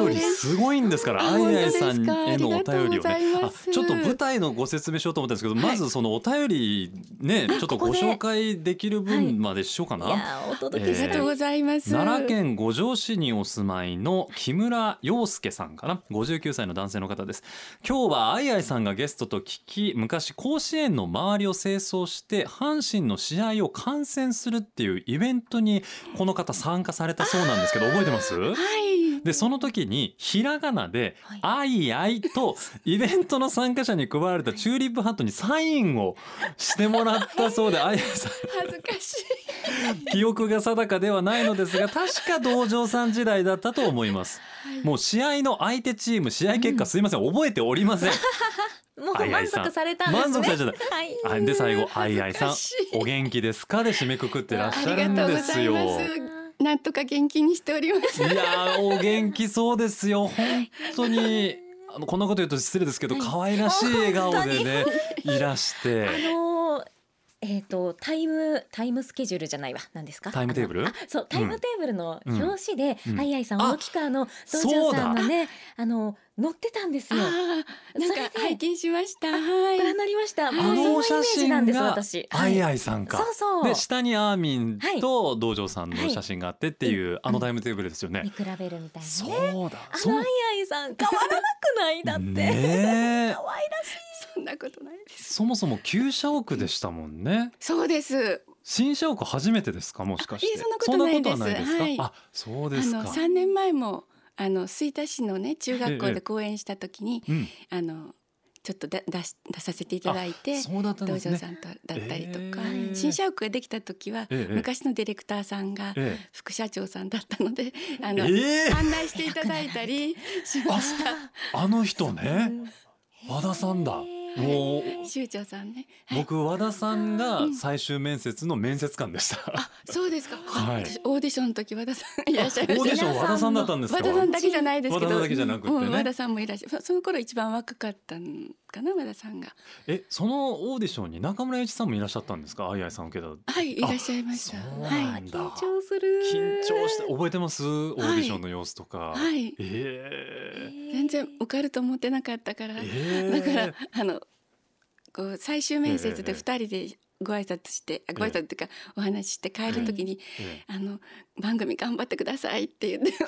[SPEAKER 3] お便りすごいんですから、
[SPEAKER 4] あ
[SPEAKER 3] あいあいさんへのお
[SPEAKER 4] 本当で
[SPEAKER 3] 便り
[SPEAKER 4] すか
[SPEAKER 3] をね
[SPEAKER 4] ありがとうございます
[SPEAKER 3] ちょっと舞台のご説明しようと思ったんですけど、まずそのお便りね、ちょっと
[SPEAKER 5] こ
[SPEAKER 3] ご
[SPEAKER 5] こで
[SPEAKER 3] 紹介できる
[SPEAKER 5] はい
[SPEAKER 3] 分までしようかな。
[SPEAKER 5] いやお届
[SPEAKER 4] あ
[SPEAKER 5] け
[SPEAKER 4] り
[SPEAKER 5] し
[SPEAKER 4] が
[SPEAKER 5] た
[SPEAKER 4] とう
[SPEAKER 5] い。
[SPEAKER 4] ございます。
[SPEAKER 3] 奈良県五条市にお住まいの木村洋介さんかな59歳の男性の方です今日はあいあいさんがゲストと聞き昔甲子園の周りを清掃して阪神の試合を観戦するっていうイベントにこの方参加されたそうなんですけど覚えてます
[SPEAKER 4] はい。
[SPEAKER 3] でその時にひらがなで
[SPEAKER 5] はい
[SPEAKER 3] 「あいあい」とイベントの参加者に配られたチューリップハットにサインをしてもらったそう であいあいさん
[SPEAKER 4] 恥ずかしい。
[SPEAKER 3] 記憶が定かではないのですが確か道場さん時代だったと思いますもう試合の相手チーム試合結果すいません覚えており ません
[SPEAKER 5] もう
[SPEAKER 3] あいあい
[SPEAKER 5] 満
[SPEAKER 3] さん
[SPEAKER 5] 足されたんですね。
[SPEAKER 3] 満足されちゃっ
[SPEAKER 5] はい。
[SPEAKER 3] たあで最後「あいあいさん
[SPEAKER 4] 恥ずかしい
[SPEAKER 3] お元気ですか?」で締めくくってらっしゃ
[SPEAKER 4] あ
[SPEAKER 3] るん
[SPEAKER 4] りがとう
[SPEAKER 3] で
[SPEAKER 4] ござ
[SPEAKER 3] す
[SPEAKER 4] い
[SPEAKER 3] よ
[SPEAKER 4] ます。なんとか元気にしております。
[SPEAKER 3] いやーお元気そうですよ本当にあのこんなこと言うと失礼ですけど可愛らしい笑顔でねいらして
[SPEAKER 5] あのーえっ、とタイムタイムスケジュールじゃないわ何ですか
[SPEAKER 3] タイムテーブル
[SPEAKER 5] あそうタイムテーブルの
[SPEAKER 3] うん
[SPEAKER 5] 表紙で、
[SPEAKER 3] うん
[SPEAKER 5] アイアイさん
[SPEAKER 3] あ
[SPEAKER 5] 大きくあの道
[SPEAKER 3] そ
[SPEAKER 5] 場
[SPEAKER 3] うだ
[SPEAKER 5] さんのねあの載ってたんです
[SPEAKER 4] あ
[SPEAKER 5] よ
[SPEAKER 4] あ、なんか
[SPEAKER 5] それで
[SPEAKER 4] 拝見しました。はい
[SPEAKER 5] ご。覧になりました、
[SPEAKER 3] あ
[SPEAKER 5] もうそ
[SPEAKER 3] の
[SPEAKER 5] んなイ
[SPEAKER 3] お
[SPEAKER 5] メ
[SPEAKER 3] 写
[SPEAKER 5] ージ
[SPEAKER 3] 真
[SPEAKER 5] なんです
[SPEAKER 3] が
[SPEAKER 5] 私
[SPEAKER 3] あい
[SPEAKER 5] は
[SPEAKER 3] あいさんか
[SPEAKER 5] そうそう
[SPEAKER 3] で下にアーミンと道場さんの
[SPEAKER 5] はい
[SPEAKER 3] 写真があってっていうあのタイムテーブルですよ
[SPEAKER 5] 見
[SPEAKER 3] ね
[SPEAKER 5] 比べるみたいなね
[SPEAKER 3] そうだ
[SPEAKER 5] あ
[SPEAKER 3] そ
[SPEAKER 5] の
[SPEAKER 3] う
[SPEAKER 5] アイアイさん変わらなくないだって、
[SPEAKER 3] ねえ
[SPEAKER 5] 可愛らしい
[SPEAKER 4] そんなことないです。
[SPEAKER 3] そもそも旧社屋でしたもんね
[SPEAKER 4] そうです。
[SPEAKER 3] 新社屋初めてですかもしかして
[SPEAKER 4] あいえそんなことないで
[SPEAKER 3] そ
[SPEAKER 4] す
[SPEAKER 3] んなことはないですか
[SPEAKER 4] は
[SPEAKER 3] あそう
[SPEAKER 4] あ
[SPEAKER 3] です
[SPEAKER 4] の
[SPEAKER 3] か
[SPEAKER 4] 三年前もあの吹田市のね中学校
[SPEAKER 3] ええ
[SPEAKER 4] で講演した時に、
[SPEAKER 3] うん
[SPEAKER 4] あのちょっとだ出し出させていただいて、
[SPEAKER 3] そうだったん
[SPEAKER 4] 道
[SPEAKER 3] で
[SPEAKER 4] 場
[SPEAKER 3] すね
[SPEAKER 4] さんとだったりとか、
[SPEAKER 3] ええ
[SPEAKER 4] 新社屋ができた時は、
[SPEAKER 3] ええ
[SPEAKER 4] 昔のディレクターさんが
[SPEAKER 3] ええ
[SPEAKER 4] 副社長さんだったので、あの、
[SPEAKER 3] ええ
[SPEAKER 4] 案内していただいたりしました。
[SPEAKER 3] あの人ね和田さんだもう
[SPEAKER 4] 州長さんね。はい、
[SPEAKER 3] 僕和田さんが
[SPEAKER 4] うん
[SPEAKER 3] 最終面接の面接官でした
[SPEAKER 4] そうですか。
[SPEAKER 3] はい
[SPEAKER 4] 私オーディションの時和田さんいらっしゃいま
[SPEAKER 3] オーディ
[SPEAKER 4] した。
[SPEAKER 3] ション和田さんだったんですか
[SPEAKER 4] 和田さんだけじゃないですけど、
[SPEAKER 3] 和田さんだけじゃなくてね
[SPEAKER 4] うん和田さんもいらっしゃる。その頃一番若かったんかな和田さんが。
[SPEAKER 3] えそのオーディションに中村栄一さんもいらっしゃったんですかあいあいさん受けた
[SPEAKER 4] はいいらっしゃいました。
[SPEAKER 3] そう
[SPEAKER 4] は
[SPEAKER 3] ないんだ、
[SPEAKER 5] 緊張する
[SPEAKER 3] 緊張して覚えてますオーディションの様子とか、
[SPEAKER 4] はい。
[SPEAKER 3] え
[SPEAKER 4] 全然受かると思ってなかったから
[SPEAKER 3] え、え
[SPEAKER 4] だか
[SPEAKER 3] え
[SPEAKER 4] らあのこう最終面接
[SPEAKER 3] ええ
[SPEAKER 4] で二人でご挨拶して、あご挨拶っていうかお話しして帰る時に
[SPEAKER 3] え
[SPEAKER 4] あの番組頑張ってくださいって言って帰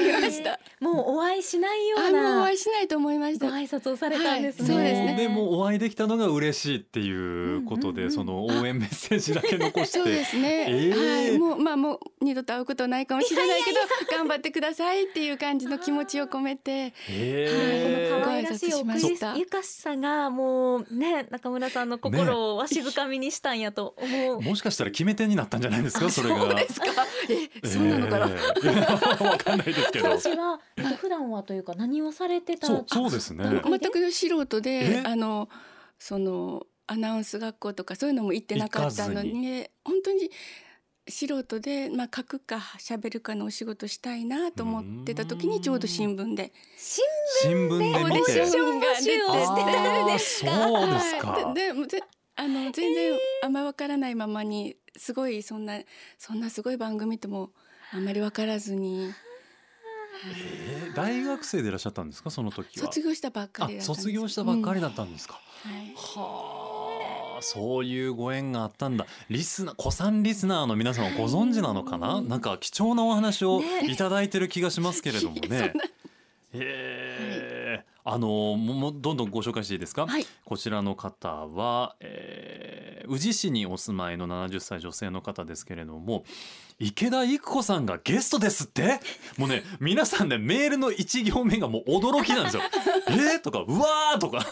[SPEAKER 4] り
[SPEAKER 5] り
[SPEAKER 4] ました。
[SPEAKER 5] もうお会いしないよ
[SPEAKER 4] あ
[SPEAKER 5] う
[SPEAKER 4] もうお
[SPEAKER 5] な
[SPEAKER 4] 会いしないと思いまし
[SPEAKER 5] ご
[SPEAKER 4] た。
[SPEAKER 5] 挨拶をされたんですね、
[SPEAKER 4] そうですね
[SPEAKER 3] でもお会いできたのが嬉しいっていうこ
[SPEAKER 5] う
[SPEAKER 3] とで、
[SPEAKER 5] んうんうん
[SPEAKER 3] その応援メッセージだけ残して
[SPEAKER 4] そうですね。
[SPEAKER 3] ええ
[SPEAKER 4] はい、もうまあもう二度と会うことないかもしれないけど頑張ってくださいっていう感じの気持ちを 込めて、
[SPEAKER 3] ええ
[SPEAKER 5] この可愛らしいお
[SPEAKER 4] ご挨拶し
[SPEAKER 5] か
[SPEAKER 4] ました
[SPEAKER 5] ゆかしさがもうね中村さんの心をわしづかみにしたんやと思う。
[SPEAKER 3] もしかしたら決め手になったんじゃないですかそれが
[SPEAKER 4] そうですか。え、そうなのかな。
[SPEAKER 3] ええわかんないですけど
[SPEAKER 5] 当時はえっと普段はというか何をされてた
[SPEAKER 3] そうそうですね
[SPEAKER 5] あ
[SPEAKER 4] 全くの素人
[SPEAKER 3] え
[SPEAKER 4] であのそのアナウンス学校とかそういうのも行ってなかったの
[SPEAKER 3] 行かず
[SPEAKER 4] に本当に素人で、まあ、書くか喋るかのお仕事したいなと思ってた時
[SPEAKER 3] うー
[SPEAKER 4] に
[SPEAKER 3] ん
[SPEAKER 4] ちょうど新聞で
[SPEAKER 5] 新
[SPEAKER 3] 新聞で
[SPEAKER 4] オーデ
[SPEAKER 3] 見
[SPEAKER 4] ィシ
[SPEAKER 3] て
[SPEAKER 4] ョンが出て
[SPEAKER 5] オーディション募集をして
[SPEAKER 4] て
[SPEAKER 5] るんですか
[SPEAKER 3] あーそうですか、
[SPEAKER 4] はい、ででもうぜあの全然あんま分からないままにすごいそんなそんなすごい番組ともあんまり分からずに
[SPEAKER 3] ええ大学生でいらっしゃったんですかその時は
[SPEAKER 4] 卒業したばっか
[SPEAKER 3] あ
[SPEAKER 4] りだったんです
[SPEAKER 3] 卒業したばっかりだったんですか、
[SPEAKER 4] うんはい
[SPEAKER 3] はあ、そういうご縁があったんだ。リスナー、子さんリスナーの皆さんはご存知なのかな、なんか貴重なお話を
[SPEAKER 5] ね
[SPEAKER 3] いただいてる気がしますけれども
[SPEAKER 4] い やそん
[SPEAKER 3] ね
[SPEAKER 4] な。
[SPEAKER 3] ええあのもうどんどんご紹介していいですか、
[SPEAKER 4] はい
[SPEAKER 3] こちらの方は、え宇治市にお住まいの70歳女性の方ですけれども池田育子さんがゲストですってもうね皆さんねメールの一行目がもう驚きなんですよ。 えー、とかうわーとか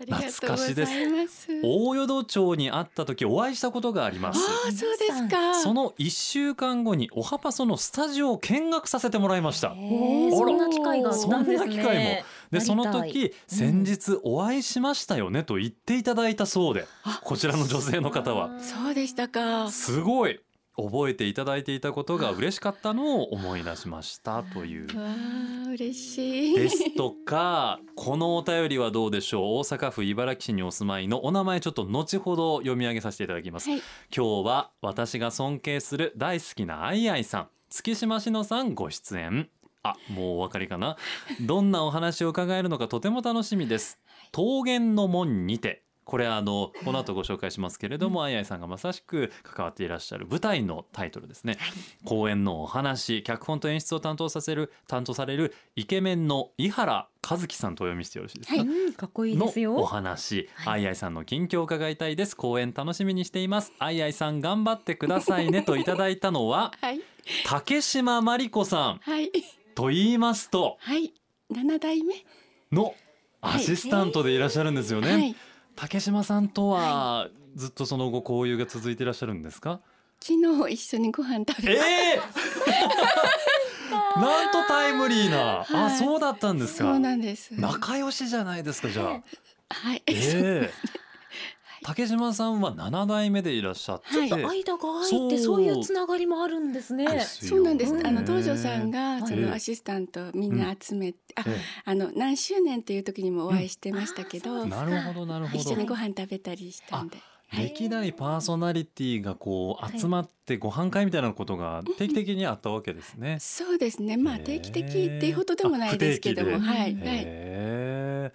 [SPEAKER 4] りがとうござ
[SPEAKER 3] 懐かしいです
[SPEAKER 4] います。
[SPEAKER 3] 大淀町に会った時お会いしたことがあります。
[SPEAKER 4] ああ、そうですか。
[SPEAKER 3] その1週間後におはパソのスタジオを見学させてもらいました。
[SPEAKER 5] えー、そんな機会があっ
[SPEAKER 3] そん
[SPEAKER 5] た
[SPEAKER 3] なん
[SPEAKER 5] ですね。
[SPEAKER 3] 機会も
[SPEAKER 5] なりた
[SPEAKER 3] で
[SPEAKER 5] い
[SPEAKER 3] その時先日お会いしましたよねと言っていただいたそうで、
[SPEAKER 4] あ
[SPEAKER 3] こちらの女性の方は
[SPEAKER 4] そうでした か。
[SPEAKER 3] すごい覚えていただいていたことが嬉しかったのを思い出しましたと いう。
[SPEAKER 4] わあ、嬉しい。
[SPEAKER 3] ですとかこのお便りはどうでしょう大阪府茨城市にお住まいのお名前ちょっと後ほど読み上げさせていただきます、
[SPEAKER 4] はい
[SPEAKER 3] 今日は私が尊敬する大好きなアイアイさん月島志乃さんご出演あもうお分かりかなどんなお話を伺えるのかとても楽しみです桃源の門にてこれあのこの後ご紹介しますけれども、あいあいさんがまさしく関わっていらっしゃる舞台のタイトルですね、公演のお話脚本と演出を担当させる担当されるイケメンの井原和樹さんとお読みしてよろしいですか、
[SPEAKER 5] うん、かっこいいです
[SPEAKER 3] のお
[SPEAKER 5] よ。
[SPEAKER 3] 話、
[SPEAKER 5] は
[SPEAKER 3] あいあいさんの近況を伺いたいです公演楽しみにしていますあいあいさん頑張ってくださいねといただいたの は
[SPEAKER 4] はい。
[SPEAKER 3] 竹島真理子さん
[SPEAKER 4] はい。
[SPEAKER 3] と言いますと
[SPEAKER 4] はい。七代目。
[SPEAKER 3] のアシスタントでいらっしゃるんですよね、
[SPEAKER 4] はい。
[SPEAKER 3] 竹島さんとはずっとその後交友が続いていらっしゃるん ですか
[SPEAKER 4] 昨日一緒にご飯食べた。
[SPEAKER 3] ええなんとタイムリーな、あ
[SPEAKER 4] はい
[SPEAKER 3] そうだったんです
[SPEAKER 4] そ
[SPEAKER 3] か
[SPEAKER 4] うなんです。
[SPEAKER 3] 仲良しじゃないですかじゃあ、
[SPEAKER 4] はい。
[SPEAKER 3] ええ竹島さんは七代目でいらっしゃって
[SPEAKER 4] はい
[SPEAKER 5] 間が空いてそういうつながりもあるんですね。
[SPEAKER 3] です
[SPEAKER 4] そ
[SPEAKER 3] よ
[SPEAKER 4] うなんです。あ
[SPEAKER 3] ね
[SPEAKER 4] の東條さんがそ
[SPEAKER 3] ええ
[SPEAKER 4] のアシスタントみんな集めて、あ
[SPEAKER 3] え
[SPEAKER 4] あの何周年っていう時にもお会いしてましたけど、
[SPEAKER 3] えなるほどなるほ
[SPEAKER 4] 一緒に
[SPEAKER 3] ど
[SPEAKER 4] ご飯食べたりしたんで、
[SPEAKER 3] 歴代パーソナリティがこう集まってご飯会みたいなことが定期的にあったわけですね、
[SPEAKER 4] そうですね。まあ
[SPEAKER 3] ええ
[SPEAKER 4] 定期的っていうほどでもないですけど
[SPEAKER 3] あ
[SPEAKER 4] も、
[SPEAKER 3] 不定
[SPEAKER 4] はい、
[SPEAKER 3] へ
[SPEAKER 4] はい。
[SPEAKER 3] え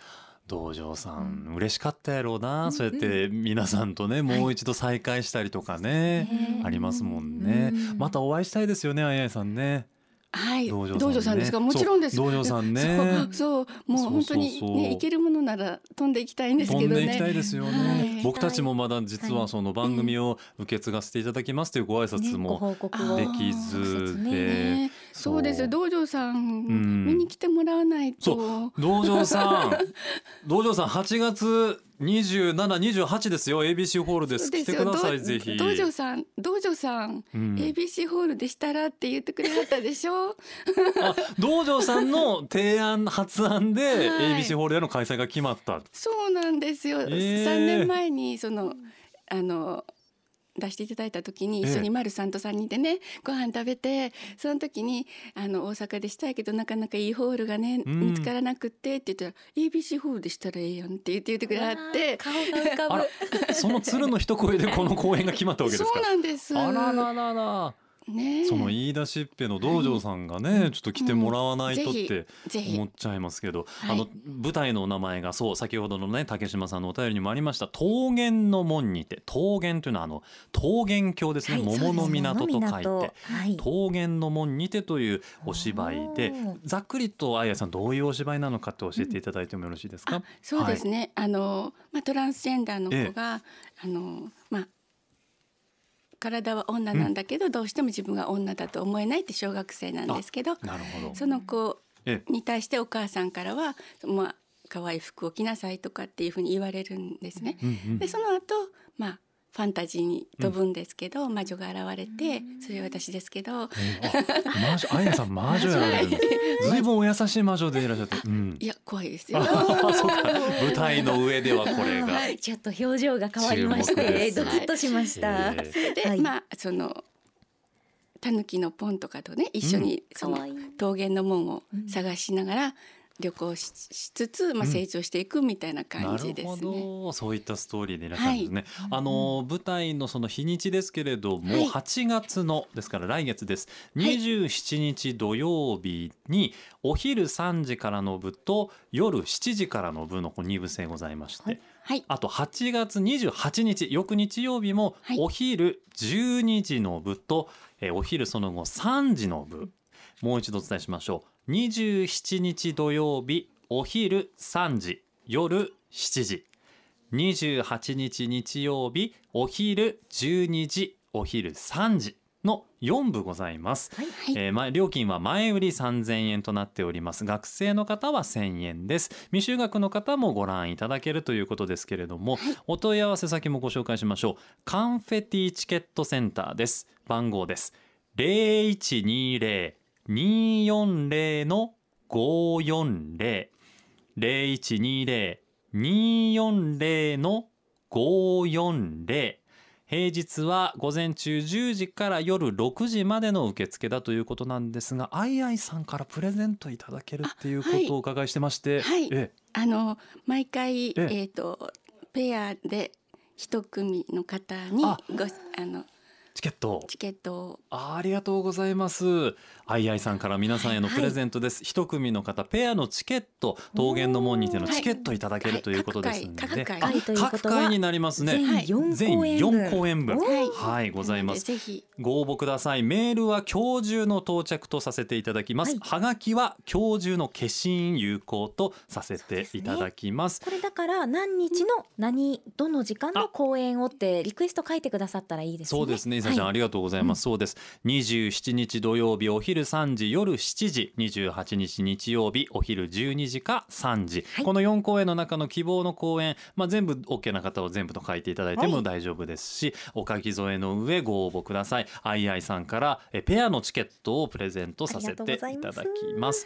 [SPEAKER 3] 道場さん嬉しかったやろうな、そうやって皆さんとね、もう一度再会したりとかね、
[SPEAKER 5] ね
[SPEAKER 3] ありますもんね、
[SPEAKER 5] うん
[SPEAKER 3] またお会いしたいですよねあやいさんね
[SPEAKER 4] はい、
[SPEAKER 3] 道場さんね
[SPEAKER 4] 道場さんですが、もちろんです。
[SPEAKER 3] そう道場さんね
[SPEAKER 4] そう、そうもう本当に
[SPEAKER 3] そうそうそう
[SPEAKER 4] ね、行けるものなら飛んでいきたいんです
[SPEAKER 3] 飛
[SPEAKER 4] け
[SPEAKER 3] ん
[SPEAKER 4] ど
[SPEAKER 3] でいき
[SPEAKER 4] ね
[SPEAKER 3] た。いですよね、
[SPEAKER 4] はい
[SPEAKER 3] 僕たちもまだ実はその番組を受け継がせていただきますというご挨拶
[SPEAKER 5] ご
[SPEAKER 3] も
[SPEAKER 5] 報告
[SPEAKER 4] あ
[SPEAKER 5] を
[SPEAKER 3] で
[SPEAKER 4] ー
[SPEAKER 3] きずで、
[SPEAKER 4] ねそうです。道場さ
[SPEAKER 3] ん
[SPEAKER 4] ん見に来てもらわないと。
[SPEAKER 3] 道場さ ん道場さん8月2728ですよ ABC ホールです
[SPEAKER 4] そう
[SPEAKER 3] 来てください
[SPEAKER 4] どう
[SPEAKER 3] ぜひ
[SPEAKER 4] 道場さん、道場さん、
[SPEAKER 3] うん
[SPEAKER 4] ABC ホールでしたらって言ってくれはったでしょ。
[SPEAKER 3] あ道場さんの提案発案で
[SPEAKER 4] はい
[SPEAKER 3] ABC ホールでの開催が決まった
[SPEAKER 4] そうなんですよ。三、
[SPEAKER 3] ええ
[SPEAKER 4] 年前にそのあの出していただいた時に
[SPEAKER 3] ええ
[SPEAKER 4] 一緒に丸さんと三人でね、ご飯食べてその時にあの大阪でしたいけどなかなかいいホールがね、
[SPEAKER 3] うん
[SPEAKER 4] 見つからなくってって言ったら ABC ホールでしたらええやんって言って言ってくれはって
[SPEAKER 5] 顔が浮か
[SPEAKER 3] あ
[SPEAKER 5] ぶ
[SPEAKER 3] ら。その鶴の一声でこの公演が決まったわけです
[SPEAKER 4] そう
[SPEAKER 3] か
[SPEAKER 4] なんです。
[SPEAKER 3] あらららら
[SPEAKER 4] ねえ
[SPEAKER 3] その言い出しっぺの道場さんがね、ちょっと来てもらわないとっ
[SPEAKER 4] う
[SPEAKER 3] て
[SPEAKER 4] んぜぜひ
[SPEAKER 3] 思っちゃいますけど、
[SPEAKER 4] はい
[SPEAKER 3] あの舞台のお名前がそう先ほどのね竹島さんのお便りにもありました桃源の門にて桃源というのはあの桃源郷ですね、
[SPEAKER 4] はい
[SPEAKER 3] 桃の港と書い
[SPEAKER 5] 桃の
[SPEAKER 3] て
[SPEAKER 5] 港。はい。
[SPEAKER 3] 桃源の門にてというお芝居で
[SPEAKER 5] おー
[SPEAKER 3] ざっくりとあやさんどういうお芝居なのかって教えていただいてもよろしいですか、
[SPEAKER 4] あそうですね、あの、まあ、トランスジェンダーの子が、あのまあ体は女なんだけど、どうしても自分が女だと思えないって小学生なんですけど
[SPEAKER 3] なるほど
[SPEAKER 4] その子
[SPEAKER 3] え
[SPEAKER 4] に対してお母さんからはまあ可愛い服を着なさいとかっていうふうに言われるんですね。
[SPEAKER 3] うんうん
[SPEAKER 4] でその後まあファンタジーに飛ぶんですけど、魔女が現れてそれは私ですけど
[SPEAKER 3] えあ魔女あやさん魔女やられるんですずいぶんお優しい魔女でいらっしゃって、うん、
[SPEAKER 4] いや怖いですよ
[SPEAKER 3] あ。そうか舞台の上ではこれが
[SPEAKER 5] はいちょっと表情が変わりまし
[SPEAKER 3] 注目で
[SPEAKER 5] て、
[SPEAKER 3] すね
[SPEAKER 5] ドキッとしました。
[SPEAKER 3] え
[SPEAKER 4] で、
[SPEAKER 5] はい
[SPEAKER 4] まあそのタヌキのポンとかとね一緒にその
[SPEAKER 5] 可愛い
[SPEAKER 4] 桃源の門を探しながら旅行ししつつ、まあ、
[SPEAKER 3] うん
[SPEAKER 4] 成長していくみたいな
[SPEAKER 3] な
[SPEAKER 4] 感じ
[SPEAKER 3] る
[SPEAKER 4] で
[SPEAKER 3] ほ
[SPEAKER 4] すね。
[SPEAKER 3] どそういったストーリーでいらっしゃるんですね、あの舞台のその日にちですけれども、
[SPEAKER 4] はい
[SPEAKER 3] 8月のですから来月です
[SPEAKER 4] はい
[SPEAKER 3] 27日土曜日にお昼3時からの部と夜7時からの部のこう2部制ございまして、
[SPEAKER 5] はい
[SPEAKER 4] はい、
[SPEAKER 3] あと8月28日翌日曜日も
[SPEAKER 4] はい
[SPEAKER 3] お昼12時の部と、えーお昼その後3時の部もう一度お伝えしましょう27日土曜日お昼3時夜7時28日日曜日お昼12時お昼3時の4部ございます、
[SPEAKER 5] はい
[SPEAKER 3] えーま料金は前売り3000円となっております学生の方は1000円です未就学の方もご覧いただけるということですけれども、お問い合わせ先もご紹介しましょうカンフェティチケットセンターです番号です0120-240の540 0120-240の540平日は午前中10時から夜6時までの受付だということなんですがあいあいさんからプレゼントいただけるっていうこ
[SPEAKER 4] あはい
[SPEAKER 3] とをお伺いしてまして、
[SPEAKER 4] はい
[SPEAKER 3] え
[SPEAKER 4] あの毎回えっ
[SPEAKER 3] え、
[SPEAKER 4] とペアで一組の方に
[SPEAKER 3] あ
[SPEAKER 4] ごあの
[SPEAKER 3] チケット
[SPEAKER 4] チケットを
[SPEAKER 3] あありがとうございます。あいあいさんから皆さんへの
[SPEAKER 4] はい
[SPEAKER 3] プレゼントです。一組の方ペアのチケット、桃源の門にての
[SPEAKER 4] おー
[SPEAKER 3] チケットいただけるということですので、
[SPEAKER 4] はい各回
[SPEAKER 3] あ
[SPEAKER 5] 各回
[SPEAKER 3] 各回になりますね。
[SPEAKER 5] 全四
[SPEAKER 3] 全
[SPEAKER 5] 公演分
[SPEAKER 3] 4公演分
[SPEAKER 5] おー
[SPEAKER 3] はいございます
[SPEAKER 4] なのでぜひ
[SPEAKER 3] ご応募くださいメールは今日中の到着とさせていただきます、
[SPEAKER 5] はい
[SPEAKER 3] はがきは今日中の消印有効とさせていただきます
[SPEAKER 5] これだから何日の何どの時間の公演をってリクエスト書いてくださったらいいですね。
[SPEAKER 3] そうですね、伊佐ちゃん、あ
[SPEAKER 5] はい
[SPEAKER 3] りがとうございます。そうです。27日土曜日お昼3時、夜7時、28日日曜日お昼12時か3時。
[SPEAKER 5] はい
[SPEAKER 3] この4公演の中の希望の公演、まあ全部 OK な方は全部と書いていただいて
[SPEAKER 5] は
[SPEAKER 3] も
[SPEAKER 5] い
[SPEAKER 3] 大丈夫ですし、お書き添えの上ご応募ください。あいあいさんからえペアのチケットをプレゼントさせていただき
[SPEAKER 5] ありがとうござい
[SPEAKER 3] ま。
[SPEAKER 5] ます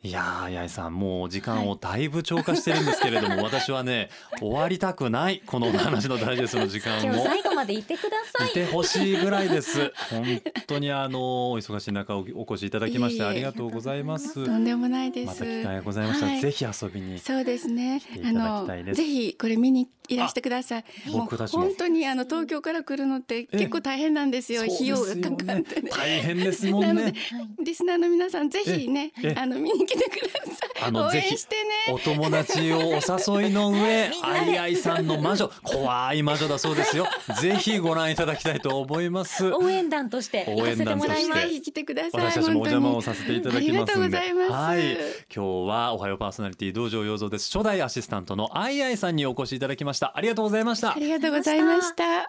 [SPEAKER 3] いやー、あいあいさん、もう時間をだいぶ超過してるんですけれども、私はね、終わりたくない、この話のダイジェストの時間を。
[SPEAKER 5] 今日最後までいてくだ さ
[SPEAKER 3] い
[SPEAKER 5] い。
[SPEAKER 3] てほしいぐらい です。本当にあのお忙しい中おお越しいただきまして
[SPEAKER 4] いえい
[SPEAKER 3] あ
[SPEAKER 4] え
[SPEAKER 3] りがとうございます。
[SPEAKER 4] とんでもないです。
[SPEAKER 3] また機会がございましたら、
[SPEAKER 4] はい
[SPEAKER 3] ぜひ遊びに。
[SPEAKER 4] そうですね
[SPEAKER 3] 来てい。ただ
[SPEAKER 4] あ
[SPEAKER 3] き
[SPEAKER 4] の
[SPEAKER 3] たいです
[SPEAKER 4] ぜひこれ見にいらしてください。もう
[SPEAKER 3] 僕たちも
[SPEAKER 4] 本当にあの東京から来るのって結構大変なんですよ。
[SPEAKER 3] そうです
[SPEAKER 4] 費用
[SPEAKER 3] よ
[SPEAKER 4] が
[SPEAKER 3] ね
[SPEAKER 4] かかってね。
[SPEAKER 3] 大変ですもん
[SPEAKER 4] なの
[SPEAKER 3] ね
[SPEAKER 4] で。リスナーの皆さんぜひね
[SPEAKER 3] ええ
[SPEAKER 4] あの見に来てください。
[SPEAKER 3] あの
[SPEAKER 4] 応
[SPEAKER 3] ぜ
[SPEAKER 4] 援
[SPEAKER 3] ひ
[SPEAKER 4] してね。
[SPEAKER 3] お友達をお誘いの 上、あいあいさんの魔女、怖い魔女だそうですよ。ぜひご覧いただきたいと思います。
[SPEAKER 5] 応援団として行かせてもらい
[SPEAKER 3] 応援団と
[SPEAKER 5] ます
[SPEAKER 3] し。
[SPEAKER 4] ぜひ来てください。
[SPEAKER 3] 私たちもお邪魔を
[SPEAKER 4] 本
[SPEAKER 3] させていただきますんで。
[SPEAKER 4] ありがとうございます
[SPEAKER 3] はい、今日はおはようパーソナリティ道場洋蔵です。初代アシスタントのあいあいさんにお越しいただきました。ありがとうございました
[SPEAKER 4] 当にあ。りがとうございました。